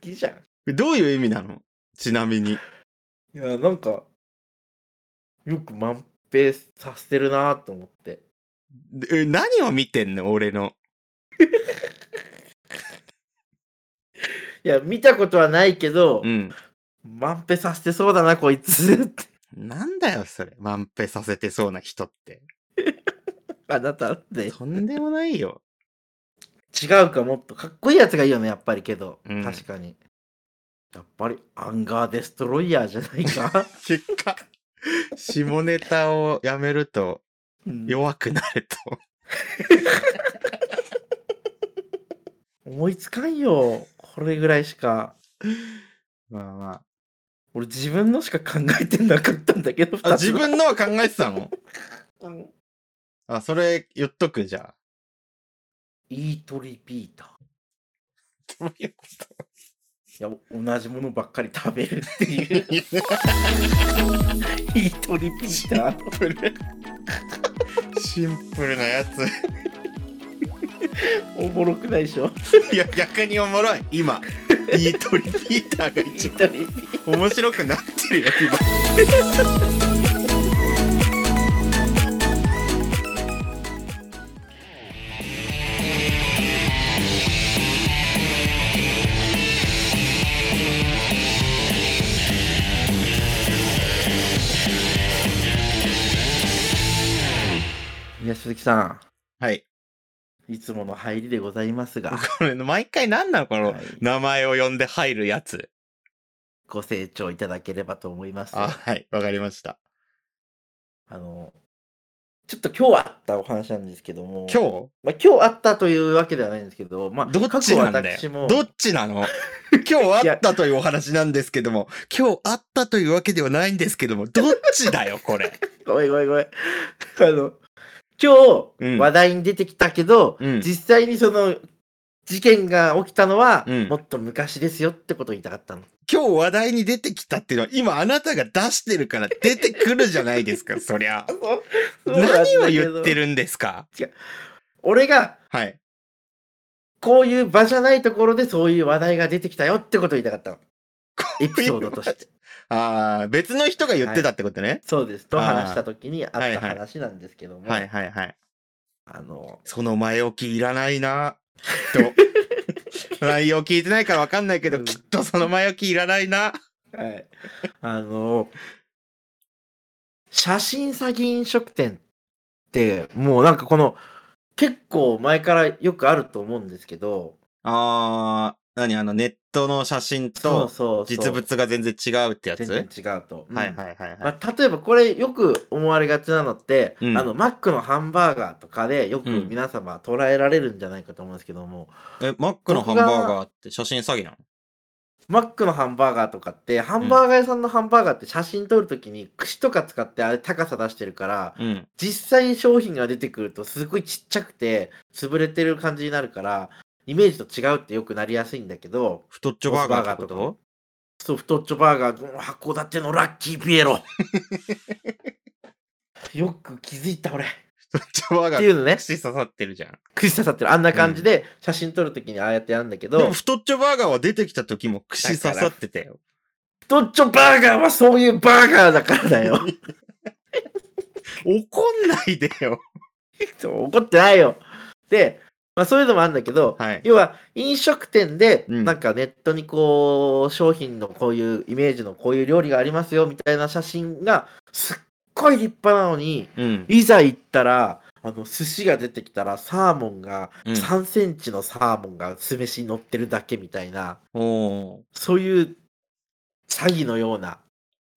Speaker 2: きじゃん。
Speaker 1: どういう意味なのちなみに。
Speaker 2: いや、なんか、よく満平させてるなと思って。
Speaker 1: え何を見てんの俺の。
Speaker 2: いや、見たことはないけど
Speaker 1: う、ん。
Speaker 2: 満平させてそうだな、こいつ。って
Speaker 1: なんだよ、それ。マンペさせてそうな人って。
Speaker 2: あなたって。
Speaker 1: とんでもないよ。
Speaker 2: 違うか、もっと。かっこいいやつがいいよね、やっぱりけど。
Speaker 1: うん
Speaker 2: 確かに。やっぱり、アンガーデストロイヤーじゃない
Speaker 1: *laughs*
Speaker 2: か。
Speaker 1: 結果、下ネタをやめると
Speaker 2: うん
Speaker 1: 弱くなると。
Speaker 2: 思いつかんよ。これぐらいしか。
Speaker 1: まあまあ。
Speaker 2: 俺自分のしか考えてなかったんだけど。
Speaker 1: あ、
Speaker 2: 二つ
Speaker 1: 自分のは考えてたの
Speaker 2: うん
Speaker 1: あ、それ言っとくじゃ
Speaker 2: イートリピーター。
Speaker 1: あ。 *laughs*
Speaker 2: いや同じものばっかり食べるっ
Speaker 1: *laughs*
Speaker 2: ていうイートリピーター
Speaker 1: シンプルなやつ。 *laughs*
Speaker 2: おもろくないでしょ
Speaker 1: いや、逆におもろい。今、イートリピーターが
Speaker 2: イ
Speaker 1: 一
Speaker 2: ー
Speaker 1: 番
Speaker 2: トリピーター
Speaker 1: *laughs* 面白くなってるよ、今。
Speaker 2: いや鈴木さん
Speaker 1: はい。
Speaker 2: いつもの入りでございますが、
Speaker 1: これ、毎回何なのこの
Speaker 2: はい
Speaker 1: 名前を呼んで入るやつ。
Speaker 2: ご清聴いただければと思います。
Speaker 1: あ、
Speaker 2: あ
Speaker 1: はい、わかりました。
Speaker 2: の、ちょっと今日あったお話なんですけども、
Speaker 1: 今
Speaker 2: 日,、
Speaker 1: 日
Speaker 2: まあ、今日あったというわけではないんですけど、まあ、
Speaker 1: どっちなんだ
Speaker 2: 過去私も
Speaker 1: よ。どっちなの *laughs* 今日あったというお話なんですけども、今日あったというわけではないんですけども、どっちだよ、これ。
Speaker 2: ごめんごめんご *laughs* めん。あの、今
Speaker 1: うん
Speaker 2: 日話題に出てきたけど、
Speaker 1: うん
Speaker 2: 実際にその事件が起きたのは、
Speaker 1: うん
Speaker 2: もっと昔ですよってことを言いたかったの。
Speaker 1: 今日話題に出てきたっていうのは、今あなたが出してるから出てくるじゃないですか、そりゃ。何を言って
Speaker 2: る
Speaker 1: るんですか
Speaker 2: 俺が
Speaker 1: はい。
Speaker 2: こういう場じゃないところでそういう話題が出てきたよってことを言いたかったの。エピソードとして。
Speaker 1: ああ、別の人が言ってたってことね。
Speaker 2: そうです。と
Speaker 1: あー
Speaker 2: 話した時にあ
Speaker 1: は
Speaker 2: っ
Speaker 1: い
Speaker 2: た
Speaker 1: はい
Speaker 2: 話なんですけども、
Speaker 1: はいはいはい。
Speaker 2: あの、
Speaker 1: その前置きいらない *laughs* な。と。内容聞いてないからわかんないけど、
Speaker 2: うん
Speaker 1: きっとその前置きいらないな。
Speaker 2: はい、あの、写真詐欺飲食店って、もうなんかこの、結構前からよくあると思うんですけど、
Speaker 1: ああ、何あの、ネットの写真
Speaker 2: そう
Speaker 1: と
Speaker 2: そうそう
Speaker 1: 実物が全然違うってやつ
Speaker 2: 全然違うと。うん
Speaker 1: はいはいはいはい。
Speaker 2: まあ、例えばこれよく思われがちなのって、
Speaker 1: うん
Speaker 2: あのマックのハンバーガーとかでよく
Speaker 1: うん
Speaker 2: 皆様捉えられるんじゃないかと思うんですけども、
Speaker 1: え、マックのハンバーガーって写真詐欺なの
Speaker 2: マックのハンバーガーとかってハンバーガー屋さんのハンバーガーって写真撮るときに串とか使ってあれ高さ出してるから
Speaker 1: うん。
Speaker 2: 実際に商品が出てくるとすごいちっちゃくて潰れてる感じになるからイメージと違うってよくなりやすいんだけど
Speaker 1: 太っちょバーガーってこ
Speaker 2: モ
Speaker 1: と
Speaker 2: ソフトッチョバーガーの函館のラッキーピ
Speaker 1: *laughs*
Speaker 2: エロよく気づいた俺っ
Speaker 1: 太っちょバーガ
Speaker 2: て
Speaker 1: ー
Speaker 2: いうのね
Speaker 1: 串刺さってるじゃん。
Speaker 2: 串刺さってるあんな感じで写真撮るときにああやってやるんだけど、
Speaker 1: でも太っちょバーガーは出てきた時も串刺さってたよ。
Speaker 2: ストッチョバーガーはそういうバーガーだから
Speaker 1: *laughs*
Speaker 2: だよ
Speaker 1: 怒んないでよ。
Speaker 2: そう怒ってないよで、まあ、そういうのもあるんだけど、
Speaker 1: はい
Speaker 2: 要は飲食店で
Speaker 1: うん
Speaker 2: なんかネットにこう商品のこういうイメージのこういう料理がありますよみたいな写真がすっごい立派なのに
Speaker 1: うん。
Speaker 2: いざ行ったらあの寿司が出てきたらサーモンが
Speaker 1: うん
Speaker 2: 3センチのサーモンが酢飯に乗ってるだけみたいな、
Speaker 1: おー
Speaker 2: そういう詐欺のような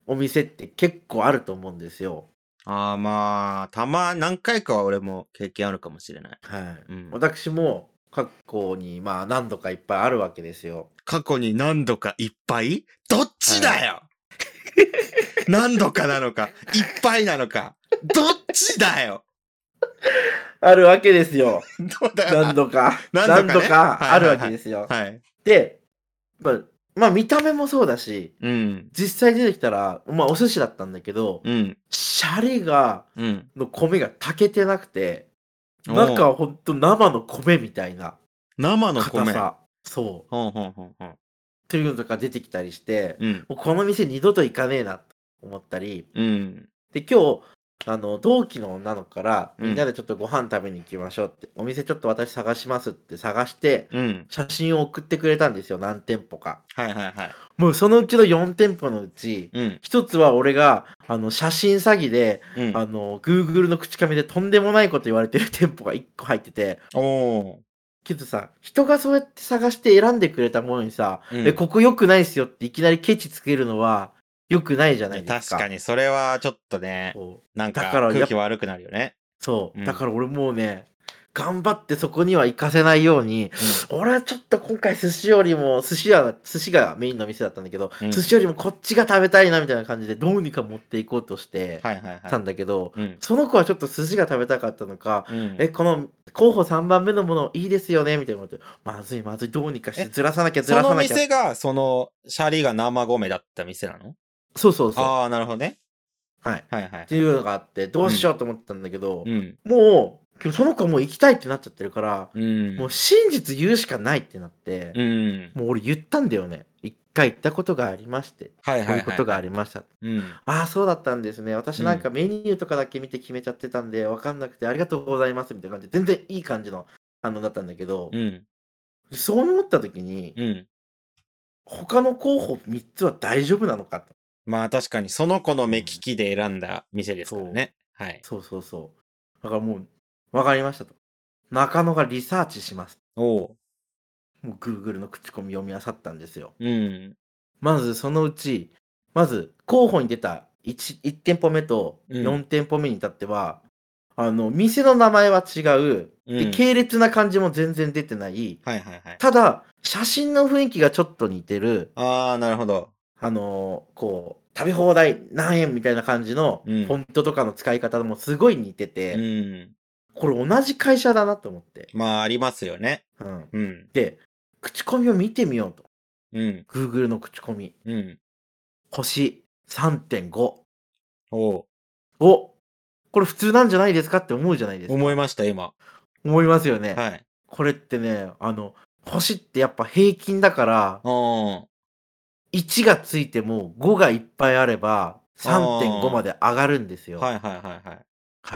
Speaker 2: お店って結構あると思うんですよ。
Speaker 1: ああまあ、たま、何回かは俺も経験あるかもしれない。
Speaker 2: はい。
Speaker 1: うん、
Speaker 2: 私も過去にまあ何度かいっぱいあるわけですよ。
Speaker 1: 過去に何度かいっぱいどっちだよ、 *laughs* 何度かなのか、いっぱいなのか、どっちだよ
Speaker 2: あるわけですよ。
Speaker 1: どう *laughs* だよな
Speaker 2: 何度か。
Speaker 1: 何
Speaker 2: 何
Speaker 1: 度かね
Speaker 2: 度かあるわけですよ。
Speaker 1: はい。
Speaker 2: で、まあ、まあ見た目もそうだし、
Speaker 1: うん。
Speaker 2: 実際出てきたら、まあお寿司だったんだけど、
Speaker 1: うん。
Speaker 2: シャリが、
Speaker 1: うん。
Speaker 2: の米が炊けてなくて、
Speaker 1: おう
Speaker 2: 中はほんと生の米みたいな
Speaker 1: 生の
Speaker 2: 硬
Speaker 1: 米。
Speaker 2: さ。そう。
Speaker 1: ほんほんほんほん。
Speaker 2: というのとか出てきたりして、
Speaker 1: うん。
Speaker 2: もうこの店二度と行かねえなと思ったり、
Speaker 1: うん。
Speaker 2: で、今日、あの、同期の女の子から、
Speaker 1: うん
Speaker 2: みんなでちょっとご飯食べに行きましょうって、お店ちょっと私探しますって探して、
Speaker 1: うん。
Speaker 2: 写真を送ってくれたんですよ、何店舗か。
Speaker 1: はいはいはい。
Speaker 2: もうそのうちの4店舗のうち、
Speaker 1: うん。
Speaker 2: 一つは俺が、あの、写真詐欺で、
Speaker 1: うん。
Speaker 2: あの、Google の口紙でとんでもないこと言われてる店舗が1個入ってて、
Speaker 1: おお
Speaker 2: けどさ、人がそうやって探して選んでくれたものにさ、
Speaker 1: ー。うん
Speaker 2: え、ここ良くないっすよっていきなりケチつけるのは良くないじゃないで
Speaker 1: 確
Speaker 2: すか。
Speaker 1: かに、それはちょっとね、
Speaker 2: そう
Speaker 1: なんか
Speaker 2: だからやっ
Speaker 1: 空気悪くなるよね。
Speaker 2: そう、
Speaker 1: うん
Speaker 2: だから俺もうね、頑張ってそこには行かせないように、俺はちょっと今回寿司よりも、寿司屋、寿司がメインの店だったんだけど、
Speaker 1: うん
Speaker 2: 寿司よりもこっちが食べたいなみたいな感じで、どうにか持っていこうとして
Speaker 1: はいはいは
Speaker 2: た
Speaker 1: い。
Speaker 2: んだけど、
Speaker 1: うん。
Speaker 2: その子はちょっと寿司が食べたかったのか、
Speaker 1: うん
Speaker 2: え、この候補3番目のものいいですよねみたいなこと言って、まずいまずい、どうにかして
Speaker 1: え
Speaker 2: ずらさなきゃず
Speaker 1: そ
Speaker 2: ら
Speaker 1: の
Speaker 2: さなきゃ。
Speaker 1: 店が、その、シャリが生米だった店なの
Speaker 2: そうそうそ
Speaker 1: ああ、なるほどね。
Speaker 2: う。はい。っ
Speaker 1: はいはい。
Speaker 2: ていうのがあって、どうしようと思ってたんだけど、
Speaker 1: うん。
Speaker 2: もう、その子はもう行きたいってなっちゃってるから、
Speaker 1: うん。
Speaker 2: もう真実言うしかないってなって、
Speaker 1: うん。
Speaker 2: もう俺言ったんだよね。一回行ったことがありまして、
Speaker 1: はい
Speaker 2: こ
Speaker 1: は
Speaker 2: うい
Speaker 1: いうは
Speaker 2: こ
Speaker 1: い
Speaker 2: と。がありました。
Speaker 1: うん。
Speaker 2: ああ、そうだったんですね。私なんかメニューとかだけ見て決めちゃってたんで、わかんなくてありがとうございますみたいな感じで、全然いい感じの反応だったんだけど、
Speaker 1: うん。
Speaker 2: そう思った時に、
Speaker 1: うん。
Speaker 2: 他の候補3つは大丈夫なのかと。
Speaker 1: まあ確かに、その子の目利きで選んだ店ですからね。はい。
Speaker 2: そうそうそう。だからもう、わかりましたと。中野がリサーチします。
Speaker 1: おう。
Speaker 2: もう Google の口コミ読み漁ったんですよ。
Speaker 1: うん。
Speaker 2: まずそのうち、まず候補に出た 1, 1店舗目と
Speaker 1: うん
Speaker 2: 4店舗目に至っては、あの、店の名前は違う、
Speaker 1: う
Speaker 2: で
Speaker 1: ん
Speaker 2: 系列な感じも全然出てない、
Speaker 1: はいはいはい。
Speaker 2: ただ、写真の雰囲気がちょっと似てる、
Speaker 1: ああ、なるほど。
Speaker 2: あのーこう、食べ放題何円みたいな感じの、
Speaker 1: うん
Speaker 2: フォントとかの使い方もすごい似てて、
Speaker 1: うん。
Speaker 2: これ同じ会社だなと思って、
Speaker 1: まあ、ありますよね。
Speaker 2: うん。
Speaker 1: うん。
Speaker 2: で、口コミを見てみようと。
Speaker 1: うん。
Speaker 2: Google の口コミ。
Speaker 1: うん。
Speaker 2: 星3.5。
Speaker 1: おう。
Speaker 2: おこれ普通なんじゃないですかって思うじゃないですか。
Speaker 1: 思いました、今。
Speaker 2: 思いますよね。
Speaker 1: はい。
Speaker 2: これってね、あの、星ってやっぱ平均だから、
Speaker 1: お
Speaker 2: 1がついても5がいっぱいあれば、
Speaker 1: あ
Speaker 2: 3.5
Speaker 1: ー
Speaker 2: まで上がるんですよ。
Speaker 1: ーはいはいはいはい。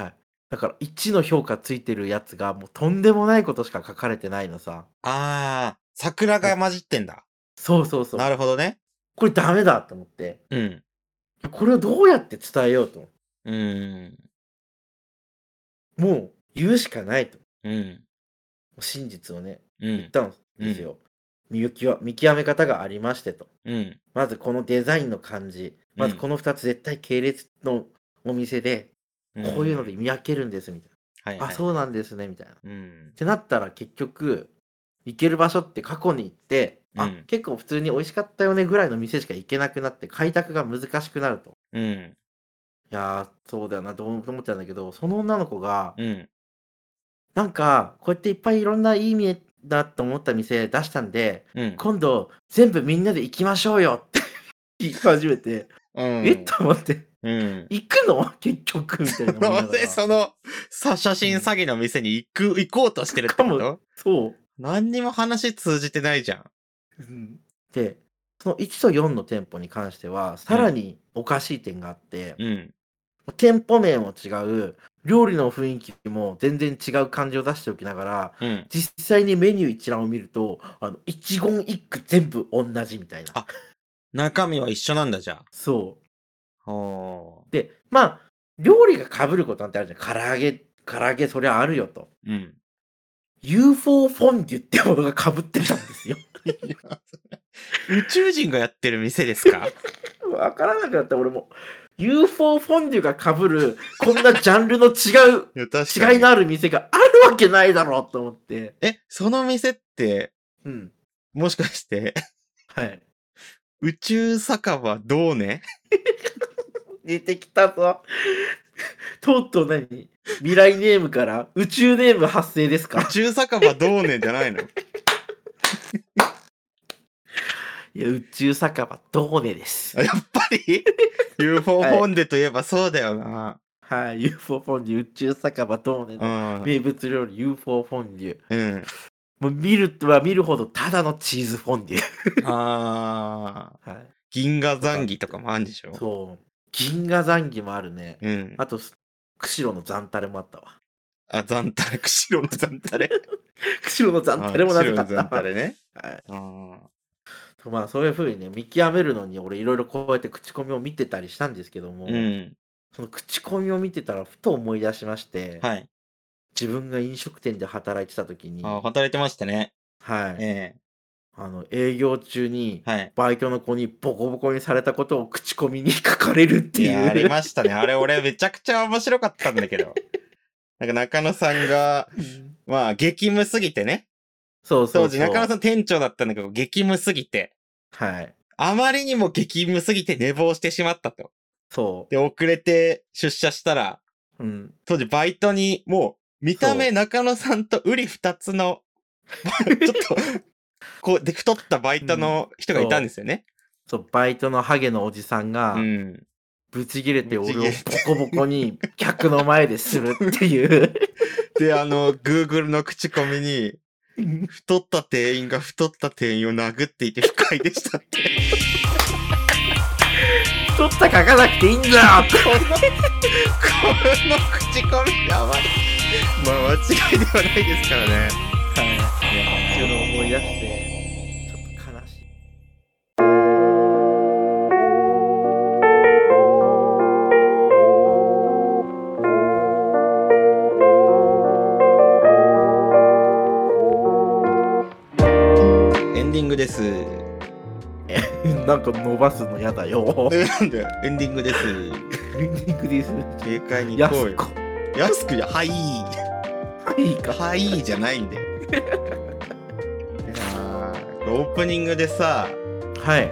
Speaker 2: はい。だから1の評価ついてるやつがもうとんでもないことしか書かれてないのさ。
Speaker 1: ああ、桜が混じってんだ。
Speaker 2: そうそうそ
Speaker 1: な
Speaker 2: う。
Speaker 1: るほどね。
Speaker 2: これダメだと思って。
Speaker 1: うん。
Speaker 2: これをどうやって伝えようと思
Speaker 1: うん。
Speaker 2: う。もう言うしかないと。
Speaker 1: うん。
Speaker 2: 真実をね、
Speaker 1: う
Speaker 2: 言っ
Speaker 1: ん。
Speaker 2: たんですよ。見極見極め方がありましてと。
Speaker 1: うん。
Speaker 2: まずこのデザインの感じ。まずこの2つ絶対系列のお店で、こういうので
Speaker 1: ん、
Speaker 2: 見分けるんですみたい
Speaker 1: はい
Speaker 2: な。
Speaker 1: はい、
Speaker 2: あ、そうなんですね、みたいな。っ
Speaker 1: うん。
Speaker 2: てなったら結局、行ける場所って過去に行って、あ、
Speaker 1: うん
Speaker 2: 結構普通に美味しかったよねぐらいの店しか行けなくなって、開拓が難しくなると。
Speaker 1: うん。
Speaker 2: いやー、そうだよな、と思ってたんだけど、その女の子が、
Speaker 1: うん。
Speaker 2: なんか、こうやっていっぱいいろんないい店だと思った店出したんで、
Speaker 1: うん。
Speaker 2: 今度全部みんなで行きましょうよって *laughs* 言い始めて、
Speaker 1: うん
Speaker 2: えっと思って。
Speaker 1: うん。
Speaker 2: 行くの *laughs* 結局みたいな思いながら。
Speaker 1: なんでその、さ、写真詐欺の店に行く、行こうとしてるって
Speaker 2: し
Speaker 1: こ
Speaker 2: か
Speaker 1: と
Speaker 2: そう。
Speaker 1: 何にも話通じてないじゃん。
Speaker 2: うんで、その1と4の店舗に関しては、さらにおかしい点があって、
Speaker 1: うん。
Speaker 2: 店舗名も違う、料理の雰囲気も全然違う感じを出しておきながら、
Speaker 1: うん。
Speaker 2: 実際にメニュー一覧を見ると、あの一言一句全部同じみたい
Speaker 1: あ
Speaker 2: な。
Speaker 1: 中身は一緒なんだじゃ
Speaker 2: そ
Speaker 1: あ。お
Speaker 2: う。で、まあ、料理が被ることなんてあるじゃん。唐揚げ、唐揚げ、そりゃあるよと。
Speaker 1: ー。うん。
Speaker 2: UFO フォンデュってものが被ってたんですよ。
Speaker 1: 宇宙人がやってる店です
Speaker 2: *laughs*
Speaker 1: か
Speaker 2: わからなくなった俺も UFO フォンデュがかぶるこんなジャンルの違 *laughs* う
Speaker 1: いや、確
Speaker 2: 違いのある店があるわけないだろうと思って
Speaker 1: え、その店って、
Speaker 2: うん
Speaker 1: もしかして、
Speaker 2: はい
Speaker 1: 宇宙酒場どう
Speaker 2: *laughs*
Speaker 1: ね
Speaker 2: 出てきたぞとうとう何未来ネームから宇宙ネーム発生です
Speaker 1: 宇
Speaker 2: か
Speaker 1: 宙酒場どうねじゃないの
Speaker 2: いや宇宙酒場どうねです
Speaker 1: *laughs* あやっぱり ?UFO
Speaker 2: はい
Speaker 1: フォンデといえばそうだよな。
Speaker 2: はい UFO フォンデュ宇宙酒場どうねの名物料理 UFO フォンデュ
Speaker 1: うん。うん。
Speaker 2: もう見るとは見るほどただのチーズフォンデュ、
Speaker 1: あー。
Speaker 2: はい、
Speaker 1: 銀河残儀とかもあるんでしょ
Speaker 2: そう銀河残儀もあるね
Speaker 1: うん。
Speaker 2: あと、す釧路の残タレもあったわ。
Speaker 1: あ、残タレ、釧路の残タ
Speaker 2: *laughs*
Speaker 1: レ。
Speaker 2: 釧路の残タレもなぜか
Speaker 1: あ釧路の
Speaker 2: った
Speaker 1: 残タ
Speaker 2: わ。
Speaker 1: レね。
Speaker 2: はい
Speaker 1: あー
Speaker 2: とまあ、そういうふうにね、見極めるのに、俺、いろいろこうやって口コミを見てたりしたんですけども、 *laughs*
Speaker 1: うん。
Speaker 2: その口コミを見てたら、ふと思い出しまして、
Speaker 1: はい。
Speaker 2: 自分が飲食店で働いてた時に、
Speaker 1: あー
Speaker 2: は
Speaker 1: 働いてましたね。
Speaker 2: い、
Speaker 1: え
Speaker 2: あの営業中に
Speaker 1: え、はい。
Speaker 2: バイトの子にボコボコにされたことを口コミに書かれるって
Speaker 1: い
Speaker 2: い
Speaker 1: やあり
Speaker 2: う。
Speaker 1: ましたね。あれ、俺、めちゃくちゃ面白かったんだけ
Speaker 2: *laughs*
Speaker 1: ど。なんか中野さんが、
Speaker 2: うん
Speaker 1: まあ、激務すぎてね。
Speaker 2: *laughs* そうそ
Speaker 1: 当
Speaker 2: うそ
Speaker 1: 時、
Speaker 2: う。
Speaker 1: 中野さん店長だったんだけど、激務すぎて、
Speaker 2: はい。
Speaker 1: あまりにも激務すぎて寝坊してしまったと。
Speaker 2: そ
Speaker 1: で、遅れて出社したら、
Speaker 2: う。うん。
Speaker 1: 当時バイトに、もう、見た目中野さんと瓜二つ *laughs* の、 *laughs* ちょっと、こう、で、太ったバイトの人がいたんですよね。
Speaker 2: そう、バイトのハゲのおじさんが、
Speaker 1: うん。
Speaker 2: ぶち切れて
Speaker 1: ぶ
Speaker 2: 俺
Speaker 1: ち
Speaker 2: を
Speaker 1: 切
Speaker 2: ボ
Speaker 1: れて
Speaker 2: コボコに客の前でするっていう。
Speaker 1: で、あの、Google の口コミに、太った店員が太った店員を殴っていて不快でしたって。 *laughs*
Speaker 2: 取った書かなくていいんだよ
Speaker 1: この、この口コミやばい。まあ、間違いではないですからね。
Speaker 2: っていうのを思い出して、ちょっと悲しい。
Speaker 1: は
Speaker 2: なんか伸ばすのやだよ。
Speaker 1: えなんでエンディング *laughs* です。
Speaker 2: エンディングです。
Speaker 1: 軽快に行
Speaker 2: や
Speaker 1: こう
Speaker 2: す
Speaker 1: よ
Speaker 2: こ。。
Speaker 1: やすくや、はいー。
Speaker 2: はいか。
Speaker 1: はいーじゃないんだよ。いやーオープニングでさ、
Speaker 2: はい。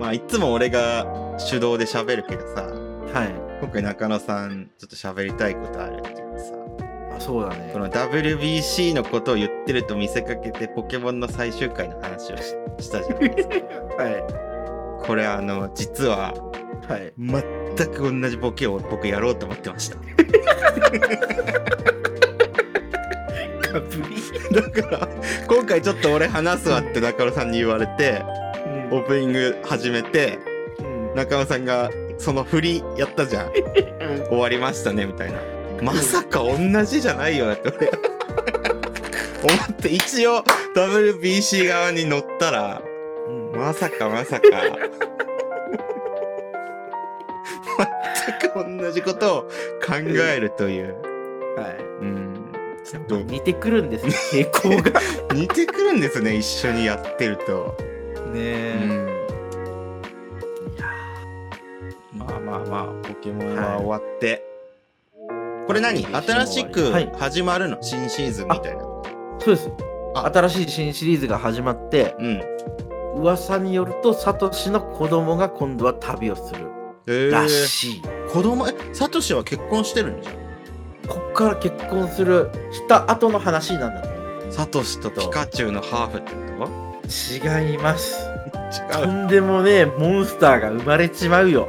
Speaker 1: まあ、いつも俺が手動で喋るけどさ、
Speaker 2: は
Speaker 1: 今回中野さん、ちょっと喋りたいことあるっていうさ、
Speaker 2: い。あ、そうだね
Speaker 1: こ。の WBC のことを言ってると見せかけて、ポケモンの最終回の話をししたじゃない *laughs* ですか。
Speaker 2: は
Speaker 1: これ、あの、実は、
Speaker 2: い。はい。
Speaker 1: 全く同じボケを僕やろうと思ってました。
Speaker 2: かぶり。
Speaker 1: だから今回ちょっと俺話すわって中野さんに言われて
Speaker 2: うん
Speaker 1: オープニング始めて
Speaker 2: うん
Speaker 1: 中野さんがその振りやったじゃん
Speaker 2: うん
Speaker 1: 終わりましたねみたいなまさか同じじゃないよなって俺思って一応 WBC 側に乗ったら
Speaker 2: うん
Speaker 1: まさかまさか全く同じことを考えるという、
Speaker 2: は
Speaker 1: うん、ちょっ
Speaker 2: い。
Speaker 1: と
Speaker 2: 似てくるんですね、傾向が。
Speaker 1: 似てくるんですね一緒にやってると。
Speaker 2: ねえ。
Speaker 1: まあまあまあ、ポケモン
Speaker 2: は
Speaker 1: はい終わって。これ何
Speaker 2: いいですね
Speaker 1: 新しく
Speaker 2: はい
Speaker 1: 始まるの、新シーズンみたいな。
Speaker 2: そうです。
Speaker 1: あ
Speaker 2: 新しい新シリーズが始まって、
Speaker 1: うん。
Speaker 2: 噂によると、サトシの子供が今度は旅をする
Speaker 1: え
Speaker 2: らしい。
Speaker 1: 子供、え、サトシは結婚してるんじゃ
Speaker 2: こっから結婚する、した後の話なんだね。
Speaker 1: ん。サトシとピカチュウのハーフってこ
Speaker 2: 違います。
Speaker 1: と
Speaker 2: と。んでもねえモンスターが生まれちまうよ。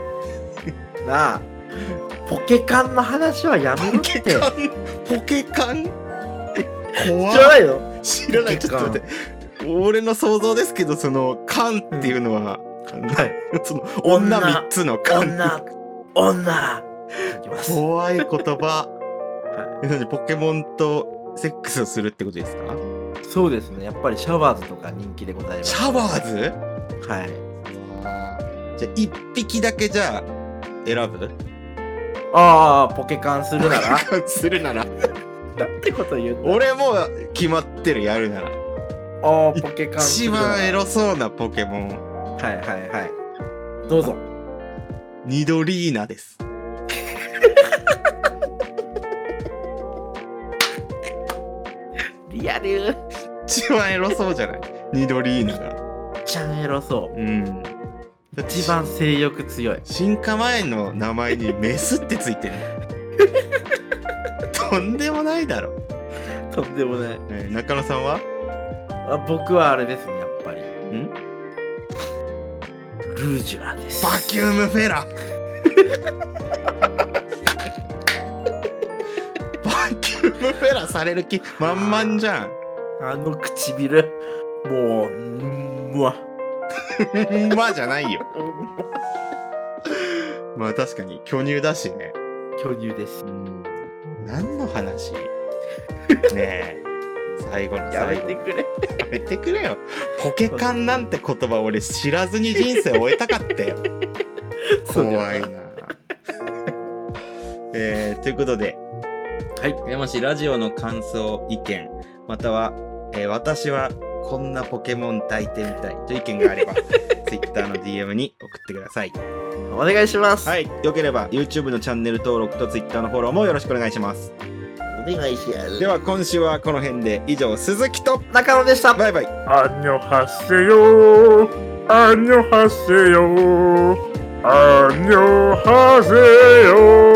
Speaker 2: *laughs* なあ、ポケカンの話はやめろって。知ら
Speaker 1: ポケカン怖い
Speaker 2: ないの
Speaker 1: 知らない。ちょっと待って。俺の想像ですけど、その、カンっていうのは、
Speaker 2: はい。
Speaker 1: その、
Speaker 2: 女
Speaker 1: 女3つのカン。
Speaker 2: 女、女。いきます。
Speaker 1: 怖い言葉。え何ポケモンとセックスをするってことですか
Speaker 2: そうですね。やっぱりシャワーズとか人気でございま
Speaker 1: シ
Speaker 2: す。
Speaker 1: ャワーズ
Speaker 2: はい。
Speaker 1: じゃあ一匹だけじゃあ選ぶ
Speaker 2: ああ、ポケカンするなら
Speaker 1: するなら
Speaker 2: *laughs* なんてこと言う
Speaker 1: 俺もう決まってるやるなら
Speaker 2: ああ、ポケカンす
Speaker 1: 一
Speaker 2: るなら。
Speaker 1: 番エロそうなポケモン
Speaker 2: はいはいはい。どうぞ。
Speaker 1: ニドリーナです
Speaker 2: リアル。
Speaker 1: 一番エロそうじゃないニドリーナが
Speaker 2: ちゃんエロそう。
Speaker 1: うん
Speaker 2: 一番性欲強い。
Speaker 1: 進化前の名前にメスってつい *laughs* てるとんでもないだろ、
Speaker 2: とんでもない。
Speaker 1: えー中野さんは
Speaker 2: あ僕はあれですね、やっぱり。
Speaker 1: ん
Speaker 2: ルージュラです。
Speaker 1: バキュームフェラバキュームフェラされる気満々じゃん
Speaker 2: あの唇、もう、うんま。
Speaker 1: うんまじゃないよまあ確かに巨乳だしね
Speaker 2: 巨乳です。
Speaker 1: 何の話ねえ最後の
Speaker 2: や
Speaker 1: 最
Speaker 2: め
Speaker 1: 後
Speaker 2: て
Speaker 1: や
Speaker 2: くれ。
Speaker 1: めてくれよポケカンなんて言葉俺知らずに人生終えたかった *laughs* よ
Speaker 2: そうだよ
Speaker 1: 怖いなえー、ということで
Speaker 2: はい。
Speaker 1: えーもしラジオの感想、意見、または、えー私はこんなポケモン抱いてみたいという意見があ *laughs* れば、Twitter の DM に送ってください。
Speaker 2: お願いします。
Speaker 1: はい。よければ YouTube のチャンネル登録と Twitter のフォローもよろしくお願いします。
Speaker 2: お願いしま
Speaker 1: では今週はこの辺で以上、鈴木と
Speaker 2: 中野でした。
Speaker 1: バイバイ
Speaker 3: 안녕하세요안녕하세요안녕하세요